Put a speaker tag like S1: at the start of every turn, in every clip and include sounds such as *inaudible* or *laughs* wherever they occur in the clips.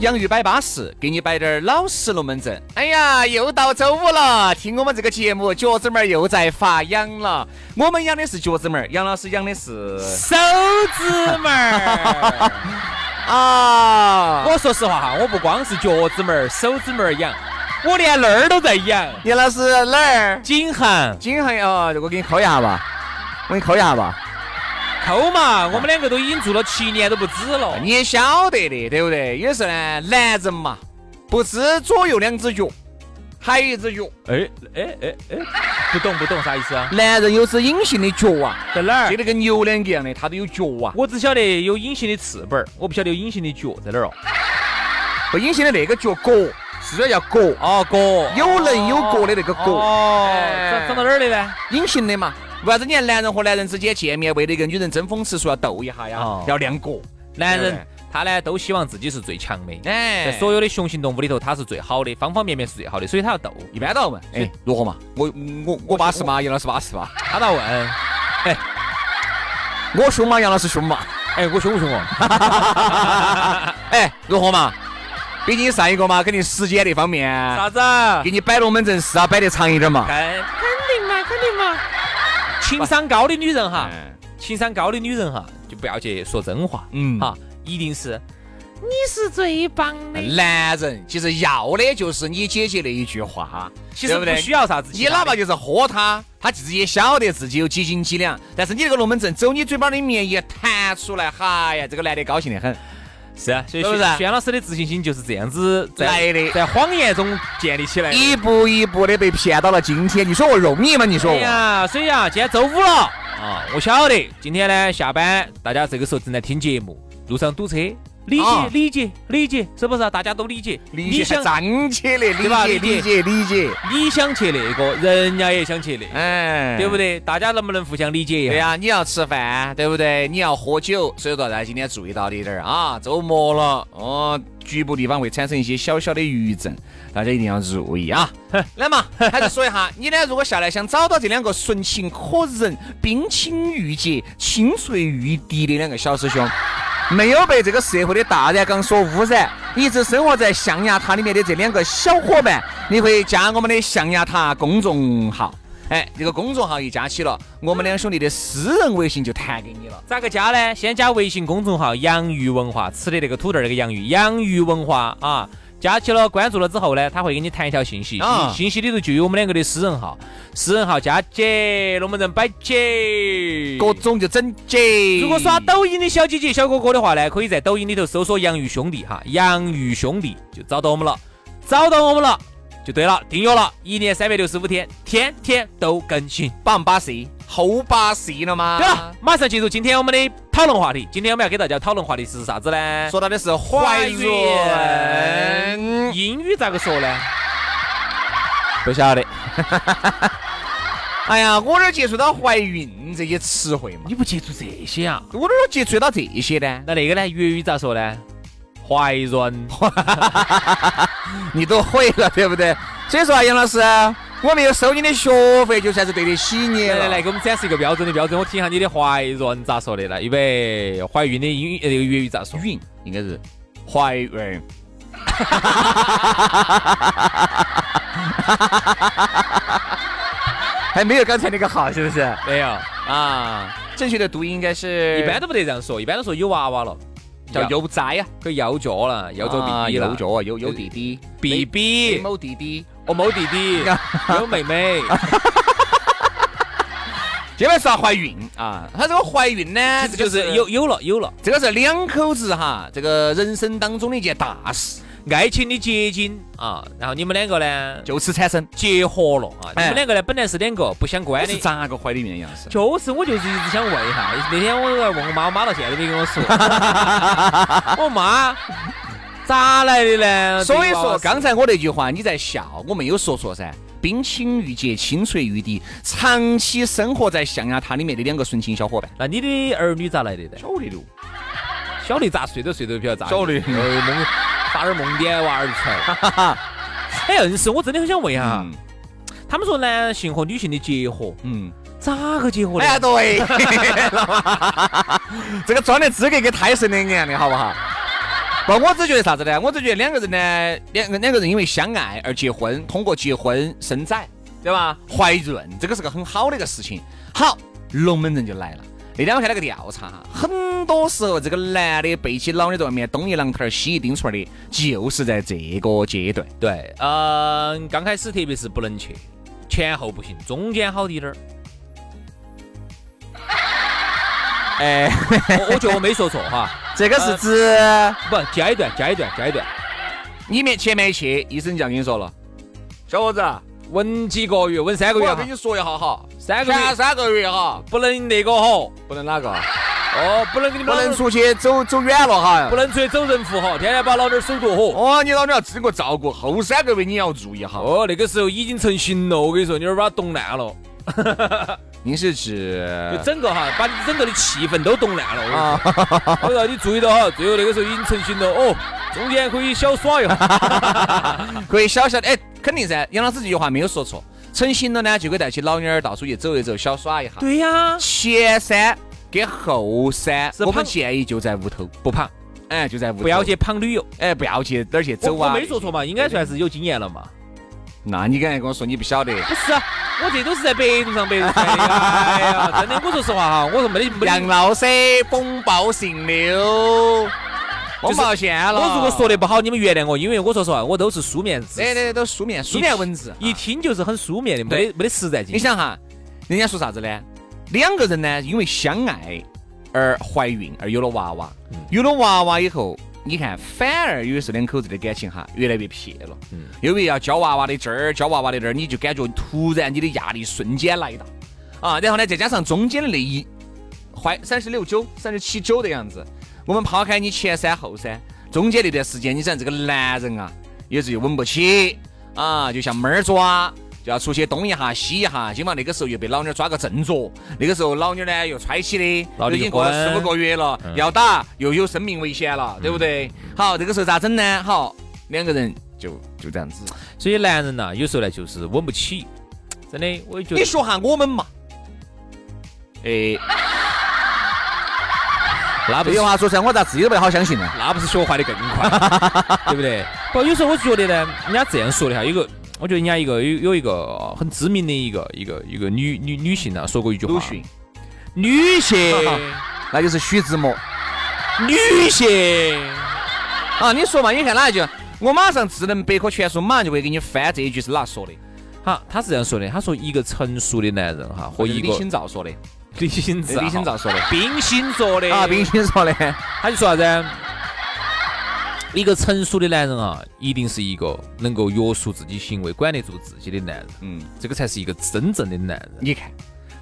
S1: 洋芋摆巴适，给你摆点儿老实龙门阵。哎呀，又到周五了，听我们这个节目，脚趾门儿又在发痒了。我们养的是脚趾门儿，杨老师养的是
S2: 手指门儿。
S1: 啊。
S2: 我说实话哈，我不光是脚趾门儿、手指门儿痒，我连那儿都在痒。
S1: 杨老师哪儿？
S2: 颈项
S1: 今后哦，我给你抠一下吧，我给你抠一下吧。
S2: 抠嘛，我们两个都已经做了七年都不止了。
S1: 你也晓得的，对不对？有时候呢，男人嘛，不知左右两只脚，还有一只脚。
S2: 哎哎哎哎，不懂不懂啥意思啊？
S1: 男人有只隐形的脚啊，
S2: 在哪
S1: 就？那个牛两个一样的，他都有脚啊。
S2: 我只晓得有隐形的翅膀儿，我不晓得有隐形的脚在哪儿哦。
S1: 不隐形的那个脚角，是不是叫角？
S2: 哦，哥，
S1: 有棱有角的那个角，
S2: 哦，
S1: 哎
S2: 长长到哪儿的呢？
S1: 隐形的嘛。为啥子你看男人和男人之间见面，为了一个女人争风吃醋要斗一下呀
S2: 哦，
S1: 要亮角？
S2: 男
S1: 对
S2: 人他呢都希望自己是最强的，
S1: 哎，
S2: 在所有的雄性动物里头他是最好的，方方面面是最好的，所以他要斗。
S1: 一般都要问，哎，如何嘛？我我我巴适嘛？杨老师巴适嘛？
S2: 他倒问。
S1: *laughs* 我凶嘛？杨老师凶 *laughs* 嘛？
S2: 哎，我凶不凶哦？
S1: 哎，如何嘛？毕竟上一个嘛，肯定时间那方面，
S2: *laughs* 啥子？啊
S1: 给你摆龙门阵是要啊摆得长一点嘛。
S2: 哎，肯定嘛，肯定嘛。情商高的女人哈，
S1: 嗯
S2: 情商高的女人哈，就不要去说真话，
S1: 嗯
S2: 哈，一定是哎你是最棒的。
S1: 男人其实要的就是你姐姐那一句话，
S2: 其实
S1: 对不
S2: 不
S1: 对
S2: 需要啥子啊
S1: 你
S2: 其
S1: 哪
S2: 他的，
S1: 怕就是喝它，它自己也晓得自己有几斤几两，但是你这个龙门阵走你嘴巴里面一弹出来，嗨呀，这个男的高兴得很。
S2: 是啊，所以
S1: 是不是
S2: 轩老师的自信心就是这样子在
S1: 来的
S2: 在谎言中建立起来的。
S1: 一步一步的被骗到了今天，你说我容易吗？你说
S2: 哎
S1: 我？
S2: 呀，所以啊，今天周五了啊，我晓得今天呢下班，大家这个时候正在听节目，路上堵车，理
S1: 啊
S2: 解理解理解，是不是啊？大家都理解。
S1: 理
S2: 你
S1: 解
S2: 想
S1: 张起来，理
S2: 对吧
S1: 解理
S2: 理
S1: 解理解，
S2: 你想去那个，人家也想去那个。
S1: 哎，
S2: 对不？对？大家能不能互相理解一
S1: 对
S2: 下？
S1: 呀、你要吃饭，对不对？你要喝酒，所以说大家今天注意到的一点儿啊，周末了，哦，局部地方会产生一些小小的余震，大家一定要注意
S2: *laughs*
S1: 啊。来嘛，还是说一下，你呢？如果下来想找到这两个纯情可人、冰清玉洁、清脆欲滴的两个小师兄， *laughs* 没有被这个社会的大染缸所污染，一直生活在象牙塔里面的这两个小伙伴，你可以加我们的象牙塔公众号。哎，这个公众号一加起了，我们两兄弟的私人微信就弹给你了。
S2: 咋个加呢？先加微信公众号“洋芋文化”，吃的那个土豆儿那个洋芋，洋芋文化啊。加起了关注了之后呢，他会给你弹一条信息，
S1: 啊
S2: 信信息里头就有我们两个的私人号，私人号加起，龙门阵摆起。
S1: 各种就整节。
S2: 如果刷抖音的小姐姐、小哥哥的话呢，可以在抖音里头搜索“洋芋兄弟”哈，“洋芋兄弟”就找到我们了，找到我们了就对了，订阅了，一年三百六十五天，天天都更新。
S1: 棒巴适，后巴适了吗？
S2: 对了，马上进入今天我们的讨论话题。今天我们要给大家讨论话题是啥子呢？
S1: *laughs* 说到的是怀
S2: 孕
S1: 孕，
S2: 英语咋个说呢？
S1: 不晓得。哎呀，我哪儿接触到怀孕这些词汇嘛？
S2: 你不接触这些啊？
S1: 我哪儿接触到这些呢？
S2: 那那个呢？粤语咋说呢？怀孕，
S1: 你都会了，对不对？所以说啊，杨老师，我没有收你的学费，就算是对得起你
S2: 来
S1: 了。
S2: 来来，，给我们展示一个标准的标准，我听一下你的怀孕咋说的来。预备，怀孕的英语呃那个粤语咋说？
S1: 孕应该是怀孕。 *laughs* 还没有刚才那个好，是不是？
S2: 没有，
S1: 啊，正确的读音应该是
S2: 一般都不得这样说，一般都说有娃娃了，
S1: 叫悠哉呀，
S2: 可以要脚了，要脚 B B 了
S1: 悠脚啊，悠悠弟弟，哎
S2: ，B
S1: 没
S2: B，
S1: 某弟弟， *laughs*
S2: 我某弟弟，有妹妹，
S1: 这边是要怀孕啊，她这个怀孕呢，
S2: 其实就是有有了有
S1: *laughs*
S2: 了，
S1: 这个是两口子哈，这个人生当中的一件大事，
S2: 爱情的结晶啊。然后你们两个呢
S1: 就此产生。
S2: 结合了啊，你
S1: 哎
S2: 们两个呢本来是两个不相关
S1: 是
S2: 的。
S1: 咋个怀的孕的样子？
S2: 哎就是，我就是一直想问一下，那天我在问我妈，我妈到现在都没跟我
S1: *laughs*
S2: 说。我妈咋来的呢？
S1: 所以说，
S2: 这个娃娃
S1: 刚才我那句话你在笑，我没有说错噻。冰清玉洁，清脆欲滴，长期生活在象牙塔里面的两个纯情小伙伴。
S2: 那你的儿女咋来的呢？
S1: 晓得喽，
S2: 晓得咋睡都睡得比较咋。
S1: 晓得
S2: 呃蒙发点蒙点娃儿就出来了。
S1: *laughs*
S2: 哎，硬是，我真的很想问一下，
S1: 嗯
S2: 他们说男性和女性的结合
S1: 嗯，
S2: 咋个结合的
S1: 哎？呀，对， *laughs* 这个装的资格跟胎神两样的，好不好？不，我只觉得啥子呢？我只觉得两个人呢，两个两个人因为相爱而结婚，通过结婚生仔，对吧？怀孕，这个是个很好的一个事情。好，龙门阵就来了。那天我看了个调查哈，很多时候这个男的背起老的在外面东一榔头儿西一钉锤儿的，就是在这个阶段。
S2: 对，嗯、刚开始特别是不能去，前后不行，中间好滴点儿。
S1: 哎，
S2: 我我觉得我没说错哈，呃
S1: *laughs* 这个是指、
S2: 不，阶段阶段阶段，
S1: 你面前面一去，医生就要跟你说了，小伙子。
S2: 稳几个月，稳三个
S1: 我
S2: 月
S1: 要
S2: 哈
S1: 跟，你说一下哈，
S2: 三个月
S1: 前三个月哈，
S2: 不能那个吼，
S1: 不能哪个，
S2: 哦，不能跟你
S1: 不
S2: 们老
S1: 能
S2: 娘
S1: 出去走走远了
S2: 不
S1: 哈。
S2: 能出去走人户吼，天天把老娘手剁火。
S1: 哦，你老娘要自我照顾，后三个月你要注意哈。
S2: 哦，那个时候已经成型了，我跟你说，你儿把它冻烂了，
S1: 您是指
S2: 就整个哈，把你整个的气氛都冻烂了。我跟你说
S1: 啊？
S2: *laughs* 我说你注意到哈，最后那个时候已经成型了哦，中间可以小耍一
S1: *laughs*
S2: 下。
S1: 可以小小的，哎，肯定噻。杨老师这句话没有说错，成型了呢就可以带起老娘儿到处去走一走，小耍一下。
S2: 对呀、
S1: 前三跟后三，
S2: 是
S1: 我们
S2: 胖
S1: 建议就在屋头，
S2: 不胖，
S1: 哎，就在屋头，
S2: 不要，去胖旅游。
S1: 哎，不要去哪儿去
S2: 我
S1: 走
S2: 我
S1: 啊。
S2: 没说错嘛，应该算是有经验了嘛。
S1: 那你刚才跟我说你不晓得，
S2: 不是啊，我这都是在百度上百度出来的。哎呀，真的，我说实话哈，我说没得没
S1: 杨
S2: 得。
S1: 老师风暴姓刘，风暴线了。
S2: 我如果说的不好，你们原谅我，因为我说实话，我都是书面字，
S1: 那那都书面书面文字，
S2: 一听就是很书面的，没得没得实战经
S1: 你
S2: 验。
S1: 想哈，人家说啥子呢？两个人呢，因为相爱而怀孕，而有了娃娃，有了娃娃以后。你看，反而有时两口子的感情哈，越来越撇了。嗯，因为要教娃娃的这儿，教娃娃的那儿，你就感觉突然你的压力瞬间来到啊。然后呢，再加上中间的那一怀三十六九、三十七九的样子，我们抛开你前三后三，中间那段时间，你想这个男人啊，也是又稳不起啊，就像猫儿抓，就要出去东一下西一下，起码那个时候又被老妞儿抓个正着，那个时候老妞儿呢又揣起的，
S2: 闹
S1: 都
S2: 离
S1: 已经过了
S2: 婚嗯
S1: 十五个月了，要打又有生命危险了，对不对？好，这个时候咋整呢？好，两个人就就这样子。
S2: 所以男人呐，有时候呢就是稳不起，真的，我也觉得
S1: 你。说下我们嘛？ *laughs* 哎，
S2: 那不
S1: 这
S2: 是
S1: 句话说出来，我咋自己都不太好相信呢？
S2: 那不是学坏的更
S1: *laughs*
S2: 快，对不对？不，有时候我觉得呢，人家这样说的哈，有个，我觉得人家一个有有一个很知名的一个一个一个女女女性啊，说过一句话，
S1: 鲁迅，
S2: 女性，
S1: 那就是徐志摩。
S2: 女性，
S1: *laughs*
S2: *laughs*
S1: 啊，你说嘛？你看哪一句？我马上智能百科全书马上就会给你翻这一句是哪说的，
S2: 好，他是这样说的，他说一个成熟的男人哈，和
S1: 我
S2: 一
S1: 李
S2: 个
S1: 清照说的，
S2: 李啊心
S1: 李清照说的
S2: 冰心说的
S1: 啊，冰心说的，
S2: 他就说啥子？一个成熟的男人啊，一定是一个能够约束自己行为、管得住自己的男人，
S1: 嗯，
S2: 这个才是一个真正的男人，
S1: 你看，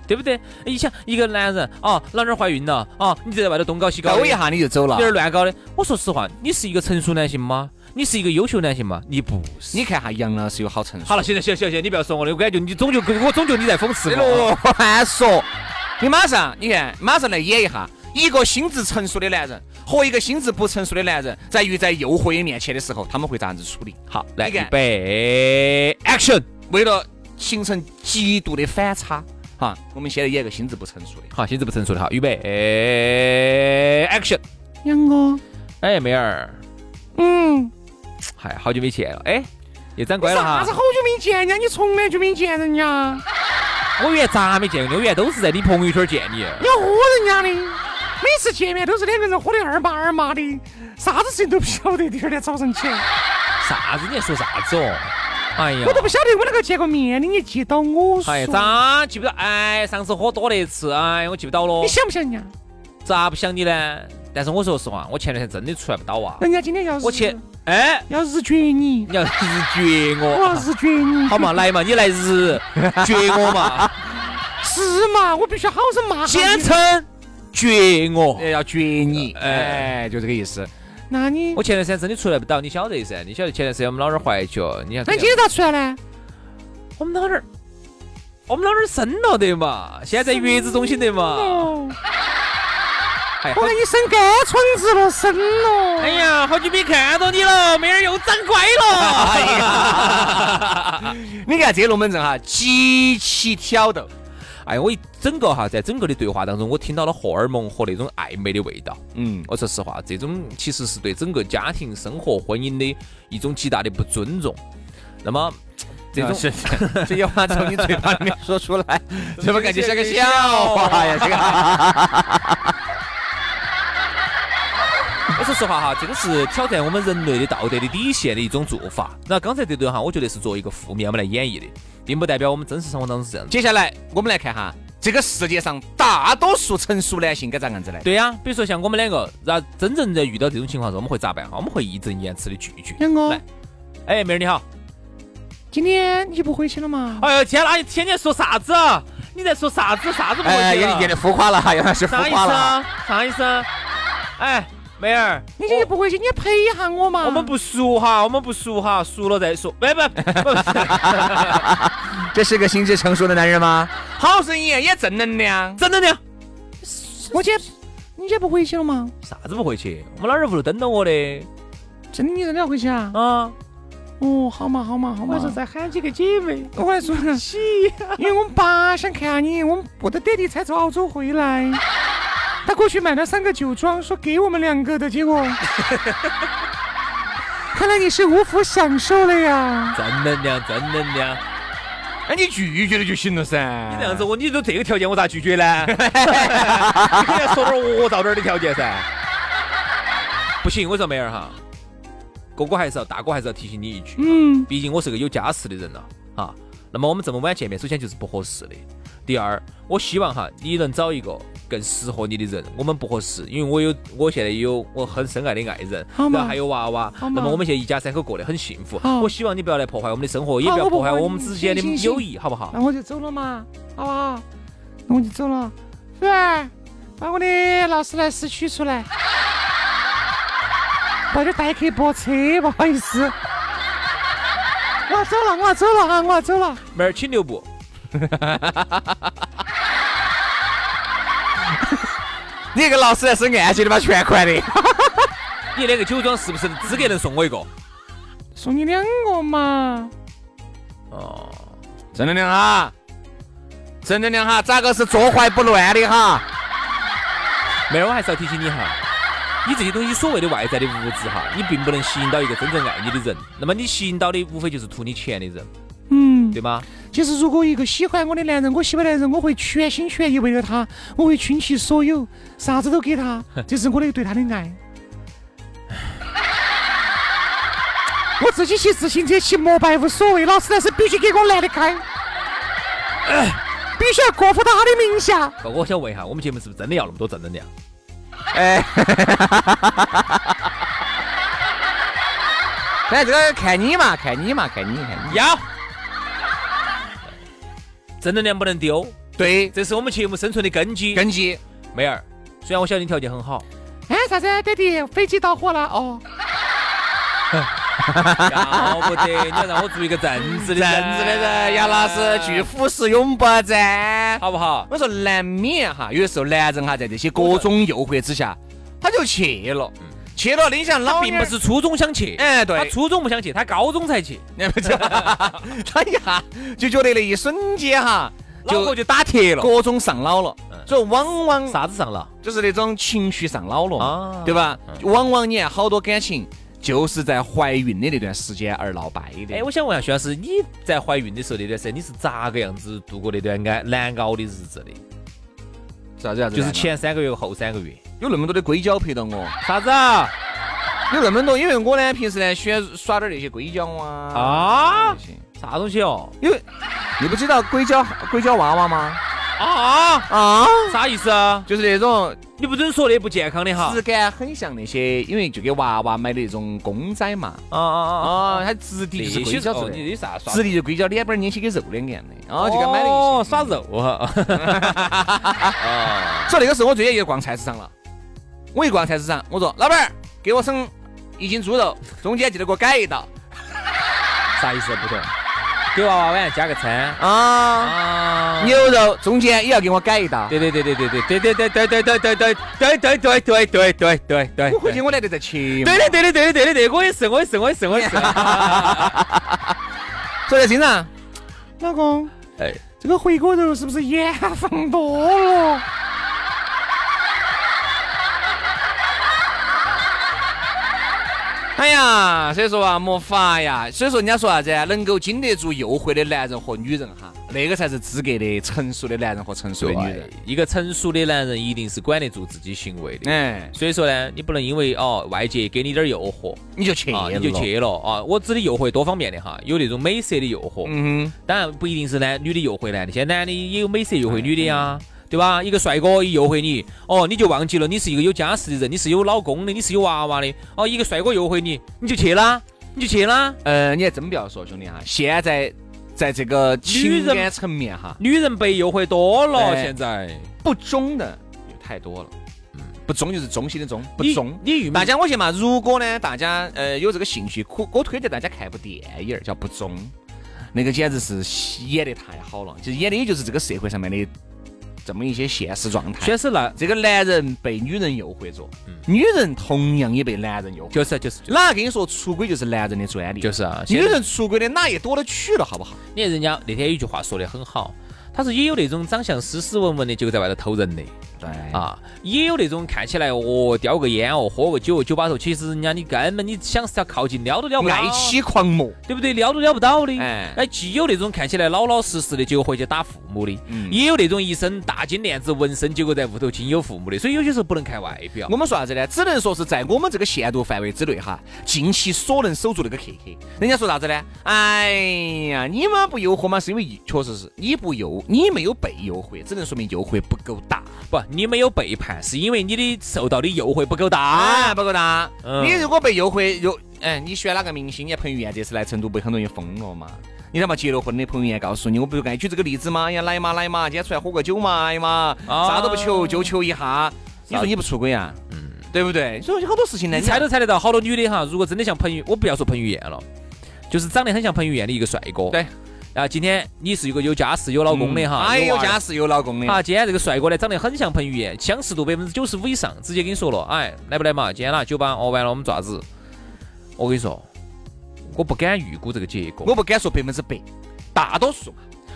S2: 对不对？你想一个男人啊，老娘儿怀孕了啊，你就在外头东搞西搞
S1: 勾
S2: 的，
S1: 一下你就走了
S2: 有。点乱搞的。我说实话，你是一个成熟男性吗？你是一个优秀男性吗？你不是。
S1: 你看哈杨老师有好成熟，
S2: 好了，现在行行行，你不要说我了，我感觉你总觉我总觉你在讽
S1: 哎
S2: 刺我。
S3: 哦
S1: 乱哦说，你马上你看，马上来演一下一个心智成熟的男人和一个心智不成熟的男人在遇在诱惑面前的时候，他们会咋子处理？
S2: 好，来
S1: 你看
S2: 预备，action！
S1: 为了形成极度的反差，哈，我们先来演一个心智不成熟的。
S2: 好，心智不成熟的哈，预备，action！
S3: 杨哥，
S2: 哎，妹儿，
S3: 嗯，
S2: 嗨，好久没见了，哎，又
S1: 啊
S2: 长乖
S3: 你
S2: 了
S3: 啥子
S2: 哈
S3: 好。久没见人家？你从来就没见人家，
S2: 我原来咋没见过你？我原来都是在你朋友圈见你。
S3: 你要喝人家的，每次见面都是两个人喝的二麻二麻的，啥子事情都不晓得，第二天早上起来。
S2: 啥子？你在说啥子哦？哎呀
S1: 我，都不晓得我哪个见过面的，你记到我说。
S2: 哎呀，咋记不到？哎，上次喝多了一次，哎，我记不到了
S1: 你。想不想人家？
S2: 咋不想你呢？但是我说实话，我前两天真的出来不到啊。
S1: 人家今天要是
S2: 我去，哎，
S1: 要日绝你，
S2: 你要日绝
S1: 我要
S2: 我，
S1: 日绝你，
S2: 好嘛，来嘛，你来日绝我嘛，
S1: 是嘛？我必须好生骂下
S2: 简
S1: 你。
S2: 称绝我。
S1: 哎要绝你，
S2: 哎
S1: 哎，就这个意思。那你
S2: 我前段时间真的出来不到，你晓得噻？你晓得前段时间我们老二怀旧，你看
S1: 那你今天咋出来呢？
S2: 哎我们老二，我们老二生了的嘛，现在在月子中心的嘛。
S1: 哦，
S2: 哎呀
S1: 我
S2: 好
S1: 看你生干疮子了，生了。
S2: 哎呀，好久没看到你了，妹儿又长乖了。哎呀，
S1: 你看这龙门阵哈，极其挑逗。
S2: 哎呀，我一整个哈，在整个的对话当中，我听到了荷尔蒙和那种暧昧的味道。
S1: 嗯，
S2: 我说实话，这种其实是对整个家庭生活、婚姻的一种极大的不尊重。那么，这种
S1: 是这些话从你嘴巴里面说出来，怎么感觉像个笑话呀？这个。
S2: 我说实话哈，这个是挑战我们人类的道德的底线的一种做法。那刚才这段哈，我觉得是作为一个负面我们来演绎的，并不代表我们真实生活当中是这样子。
S1: 接下来我们来看哈，这个世界上大多数成熟男性该咋样子呢？
S2: 对呀、比如说像我们两个，然后真正在遇到这种情况时，我们会咋办哈？我们会义正言辞的拒绝。
S4: 杨哥
S2: 来，哎，妹儿你好。
S4: 今天你不回去了吗？
S2: 哎呦天哪，你天天说啥子？啊？你在说啥子？啥子不啊
S1: 哎，有点有点浮夸了哈，有点是浮
S2: 啥意
S1: 夸
S2: 思
S1: 了哈。
S2: 啊？啥意思啊？哎，妹儿，
S4: 你今天不回去，你也陪一下我嘛。
S2: 我们不熟哈，我们不熟哈，熟了再说。不不不，
S1: 这是个心智成熟的男人吗？好声音也正能量。
S2: 真的呢。
S4: 我今天你今天不回去了吗？
S2: 啥子不回去？我们老二屋头等到我的
S4: 真的，你真的要回去啊？
S2: 啊！
S4: 哦，好嘛，好嘛，好嘛。再喊几个姐妹，我还说呢，因为我们爸想看下你，我们我的爹地才从澳洲回来，他过去买了三个酒庄，说给我们两个的，结 *laughs* 果，看来你是无福享受了呀。
S2: 正能量，正能量！
S1: 那哎你拒绝了就行了噻。
S2: 你这样子，我你都这个条件，我咋拒绝呢？你肯定要说点我造点的条件噻。不行，我说妹儿哈，哥哥还是要大哥还是要提醒你一句，
S4: 嗯，
S2: 毕竟我是个有家室的人了啊。那么我们这么晚见面，首先就是不合适的。第二，我希望哈，你能找一个更适合你的人。我们不合适，因为我有，我现在也有我很深爱的爱人，
S4: 好
S2: 然
S4: 嘛
S2: 后还有娃娃。
S4: 好
S2: 那
S4: 嘛
S2: 么我们现在一家三口过得很幸福。
S4: 好
S2: 我希望你不要来破坏我们的生活，也不
S4: 好
S2: 要
S4: 我不
S2: 破坏
S4: 管
S2: 我们
S4: 你
S2: 之间的
S4: 行行行
S2: 友谊，好不好
S4: 那？我就走了嘛，好不好？那我就走了。菲儿，把我的劳斯莱斯取出来， *laughs* 把这带去泊车，不好意思。我要走了，我要走了啊，我要走了。
S2: 妹儿，请留步。
S1: 你这个劳斯莱斯按揭的把全款的。
S2: 你那个酒庄是不是资格能送我一个？
S4: 送你两个嘛，
S2: 哦，
S1: 正能量哈，正能量哈，咋个是坐怀不乱的哈？
S2: 妹儿，我啊还是要提醒你哈，你这些东西所谓的外在的物质哈，你并不能吸引到一个真正爱你的人。那么你吸引到的无非就是图你钱的人，
S4: 嗯，
S2: 对吗？
S4: 其实如果一个喜欢我的男人，我喜欢的人，我会全心全意为了他，我会倾其所有，啥子都给他，这是我的对他的爱。我自己骑自行车骑摩拜无所谓，老师但是必须给我男的开，必须要过户到他的名下。
S2: 哥，我想问一下，我们节目是不是真的要那么多正能量？
S1: 哎， *laughs* 哎，这个看你嘛，看你嘛，看你，看你。
S2: 要，正能量不能丢，
S1: 对，
S2: 这是我们节目生存的根基。
S1: 根基。
S2: 妹儿，虽然我晓得你条件很好，
S4: 哎，啥子？爹地，飞机到货了哦。
S2: 要不得你要让我做一个正直的
S1: 正
S2: 人，
S1: 直的人要老实，拒腐蚀永不沾。
S2: 好不好？
S1: 我说难免哈，有的时候男人哈，在这些各种诱惑之下，他就去了，去了。你想老
S2: 嗯并不
S1: 娘儿
S2: 是，初中想去，
S1: 哎，
S2: 他
S1: 对，哎
S2: 初中不想去，他高中才去， *laughs*
S1: 他一下就觉得那一瞬间哈，
S2: 脑壳
S1: 就
S2: 就打铁了，
S1: 各种上脑了
S2: 嗯，
S1: 所以往往
S2: 啥子上了？
S1: 就是那种情绪上脑了
S2: 啊
S1: 嘛，对吧？往往你看好多感情。就是在怀孕的那段时间而闹掰的。
S2: 哎，我想问一下徐老师，你在怀孕的时候那段时间，你是咋个样子度过那段安难熬的日子的？
S1: 啥子啥子啊
S2: 就
S1: 就是是前
S2: 前三个月和后三个月，
S1: 有那么多的硅胶陪到我，
S2: 啥子？
S1: 有那么多，因为我呢平时呢喜欢耍点那些硅胶啊，
S2: 啊
S1: 那，些
S2: 啥东西哦？
S1: 因为你不知道硅胶硅胶娃娃吗？
S2: 啊，
S1: 啊，
S2: 啥意思啊？
S1: 就是那种
S2: 你不准说那不健康的哈。
S1: 质感很像那些，因为就给娃娃买的那种公仔嘛，
S2: 啊啊啊！
S1: 啊，它质地就是
S2: 这
S1: 硅
S2: 些
S1: 胶
S2: 哦
S1: 做，
S2: 你哦
S1: 的，
S2: 这啥耍？
S1: 质地就硅胶，脸板儿捏起跟肉两个样的，啊，就给它买了
S2: 哦
S1: 一，些。
S2: 耍啊肉 *laughs* 哈。
S1: *laughs*
S2: 啊
S1: 所以那个时候我最近也逛菜市场了，我一逛菜市场，我说老板儿给我省一斤猪肉，中间记得给我改一道
S2: 啥意思？啊不懂。给娃娃晚上加个餐。
S1: 啊，
S2: 啊。
S1: 牛肉中间也要给我改一道。
S2: 对对对对对对对对对对对对对对对对对对对对对。
S1: 我回去我懒得再切嘛。
S2: 对的，对的，对的，对的，对的，我也是，我也是，我也是，我也是。
S1: 所以经常
S4: 老公，
S2: 哎
S4: 这个回锅肉是不是盐放多哦了？
S1: 哎呀，所以说啊，没法呀。所以说人家说啥子啊？能够经得住诱惑的男人和女人哈，那个才是资格的成熟的男人和成熟的女人。
S2: 一个成熟的男人一定是管得住自己行为的。
S1: 哎，
S2: 所以说呢，你不能因为哦外界给你点儿诱惑
S1: 你就去
S2: 啊，
S1: 了
S2: 你就。去了啊。我指的诱惑多方面的哈，有那种美色的诱惑，
S1: 嗯
S2: 当然不一定是男女的诱惑男的，现在男的也有美色诱惑女的呀，对吧？一个帅哥一诱惑你，哦，你就忘记了你是一个有家室的人，你是有老公的，你是有娃娃的，哦，一个帅哥诱惑你，你就去啦，你就去啦。
S1: 哼，呃，你还真不要说，兄弟哈，现在在这个情
S2: 女
S1: 感
S2: 人
S1: 层面哈，
S2: 女人被诱惑多了，
S1: 哎
S2: 现在
S1: 不忠的也太多了。
S2: 嗯
S1: 不忠就是忠心的忠，不
S2: 你
S1: 忠。
S2: 你遇
S1: 大家我去嘛，如果呢大家呃有这个兴趣，可我推荐大家看一部电影儿叫《不忠》，那个简直是演得太好了，就是演的也就是这个社会上面的这么一些现实状态
S2: 确。实那
S1: 这个男人被女人诱惑着，女人同样也被男人诱惑。
S2: 就是就是就是
S1: 哪个跟你说出轨就是男人的专利？
S2: 就是啊，
S1: 女
S2: 现在
S1: 人出轨的哪也多了去了，好不好？
S2: 你看人家那天有一句话说的很好，他说也有那种长相斯斯文文的就在外头偷人的
S1: 对啊，
S2: 啊，也有那种看起来哦叼个烟哦喝个酒酒吧头，其实人家你根本你想是要靠近撩都撩不到，
S1: 爱妻狂魔，
S2: 对不对？撩都撩不到的。
S1: 哎
S2: 哎，既有那种看起来老老实实的，结果回去打父母的，
S1: 嗯
S2: 也有那种一身大金链子纹身，结果在屋头亲有父母的。所以有些时候不能看外表。
S1: 我们说啥子呢？只能说是在我们这个限度范围之内哈，尽其所能守住那个克克。人家说啥子呢？哎呀，你们不诱惑嘛，是因为一确实是你不诱，你没有被诱惑，只能说明诱惑不够大
S2: 不，你没有背叛，是因为你的受到的诱惑不够
S1: 啊，
S2: 大。
S1: 不够大。
S2: 嗯
S1: 你如果被诱惑，又哎，你喜欢哪个明星？你看彭于晏这次来成都，不很多人疯了嘛？你他妈结了婚的彭于晏告诉你，我不是刚才举这个例子吗？哎呀，来嘛来嘛，今天出来喝个酒嘛，哎呀妈，
S2: 啊
S1: 啥都不求，就求一下。你说你不出轨啊？嗯，对不对？所以好多事情呢，
S2: 你猜都猜得到，好多女的哈，如果真的像彭于，我不要说彭于晏了，就是长得很像彭于晏的一个帅哥。
S1: 对。
S2: 啊，今天你是一个有家室、有老公的哈，
S1: 哎，有
S2: 娃儿的
S1: 家室有老公的，
S2: 啊，今天这个帅哥呢，长得很像彭于晏，相似度百分之九十五以上，直接跟你说了，哎，来不来嘛？今天拿酒吧，哦，完了我们爪子。我跟你说，我不敢预估这个结果，
S1: 我不敢说百分之百，
S2: 大多数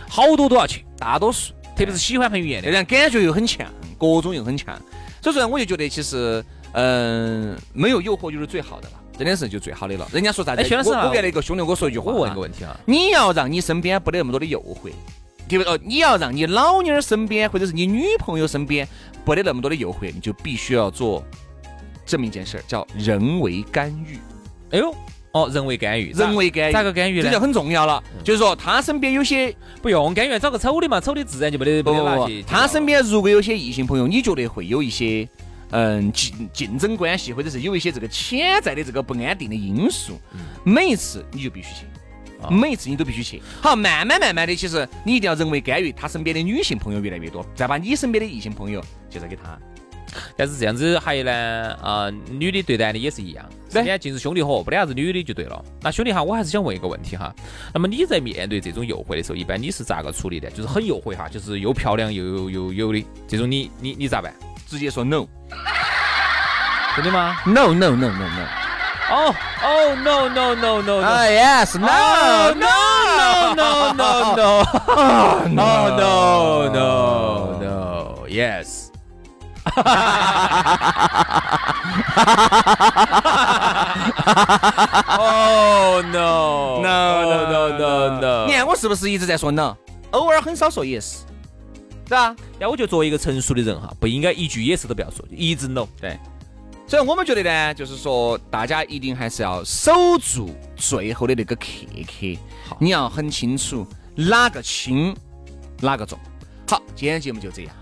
S2: 好多都要去，
S1: 大多数，
S2: 特别是喜欢彭于晏
S1: 那
S2: 的，
S1: 人感觉又很强，各种又很强，所以说呢，我就觉得其实，嗯、没有诱惑就是最好的了，真的是就最好的了。人家说啥子？
S2: 哎薛老师
S1: 我
S2: 啊
S1: 我跟那个兄弟我说一句话
S2: 我问
S1: 啊，
S2: 一个问题啊，
S1: 你要让你身边不得那么多的诱惑，对不对？哦，你要让你老妞儿身边或者是你女朋友身边不得那么多的诱惑，你就必须要做这么一件事儿，叫人为干预，
S2: 哎呦，哦，人为干预，咋
S1: 人为干预。
S2: 咋个干预
S1: 这
S2: 呢
S1: 就？很重要了，就是说他身边有些
S2: 不用干预，找个丑的嘛，丑的自然就没得
S1: 不
S2: 没
S1: 不
S2: 得拿
S1: 不
S2: 去，。
S1: 他身边如果有些异性朋友，你觉得会有一些嗯竞竞争关系，或者是有一些这个潜在的这个不安定的因素，每一次你就必须去。每一次你都必须去，好，慢慢慢慢的，其实你一定要人为干预，他身边的女性朋友越来越多，再把你身边的异性朋友介绍给他。
S2: 但是这样子还有呢，啊，女的对男的也是一样，
S1: 对
S2: 人家尽是兄弟伙，不得啥子女的就对了。那兄弟哈，我还是想问一个问题哈，那么你在面对这种诱惑的时候，一般你是咋个处理的？就是很诱惑哈，就是又漂亮又又又有的这种你，你你咋办？
S1: 直接说 no
S2: 真的吗？
S1: no no no no no，
S2: 哦哦 no no no no
S1: 啊
S2: no
S1: yes
S2: no no no no *laughs* no no no no yes。哦 no no no no！
S1: 你看我是不是一直在说 no，偶尔很少说 yes，对吧？
S2: 但我觉得作为一个成熟的人哈，不应该一句 yes 都不要说，一直 no。
S1: 对，所以我们觉得呢，就是说大家一定还是要守住最后的那个刻刻，你要很清楚哪个轻，哪个重。好，今天节目就这样，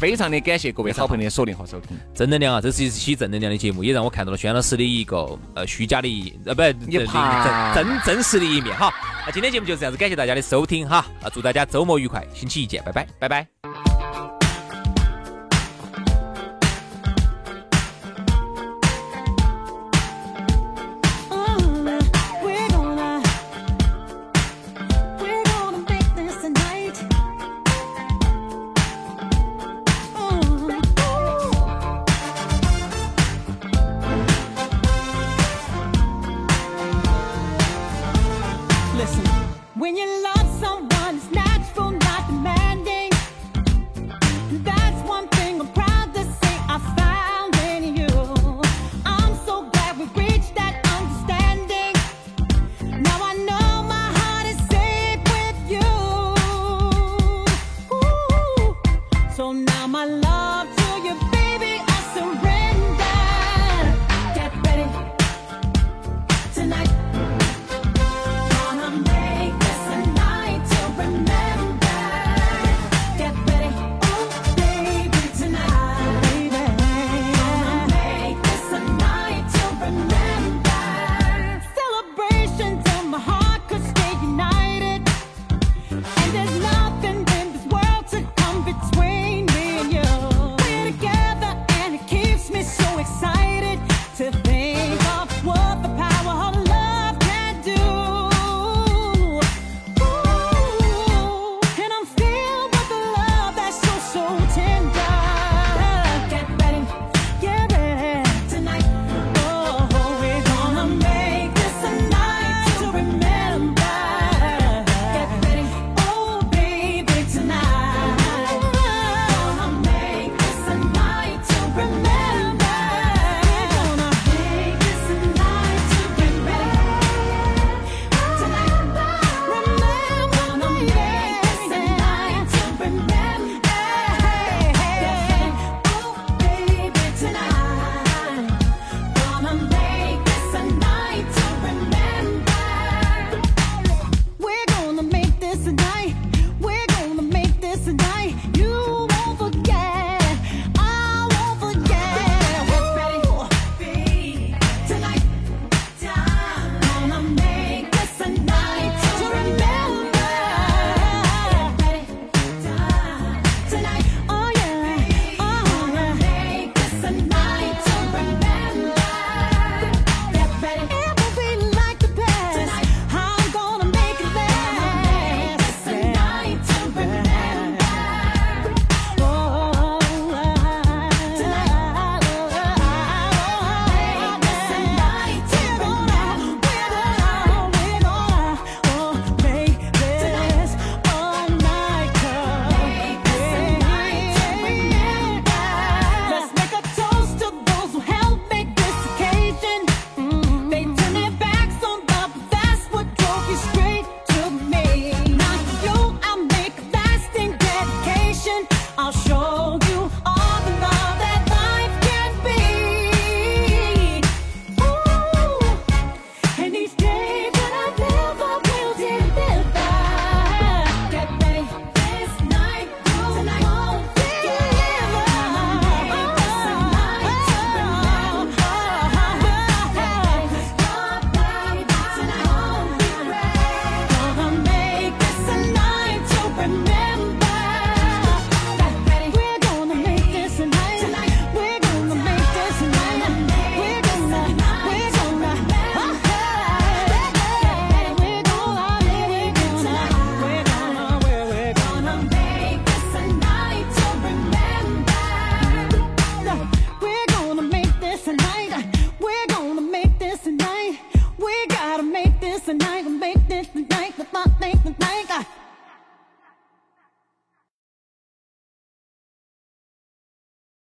S1: 非常的感谢各位好朋友的锁定和收听，
S2: 正能量啊，这是一期正能量的节目，也让我看到了轩老师的一个呃虚假的一呃不
S1: 你
S2: 真
S1: 怕
S2: 真真实的一面哈。那今天节目就是这样子，感谢大家的收听哈，啊祝大家周末愉快，星期一见，拜拜。
S1: 拜拜。
S5: We're gonna, we're gonna make this a night. Listen, when you love.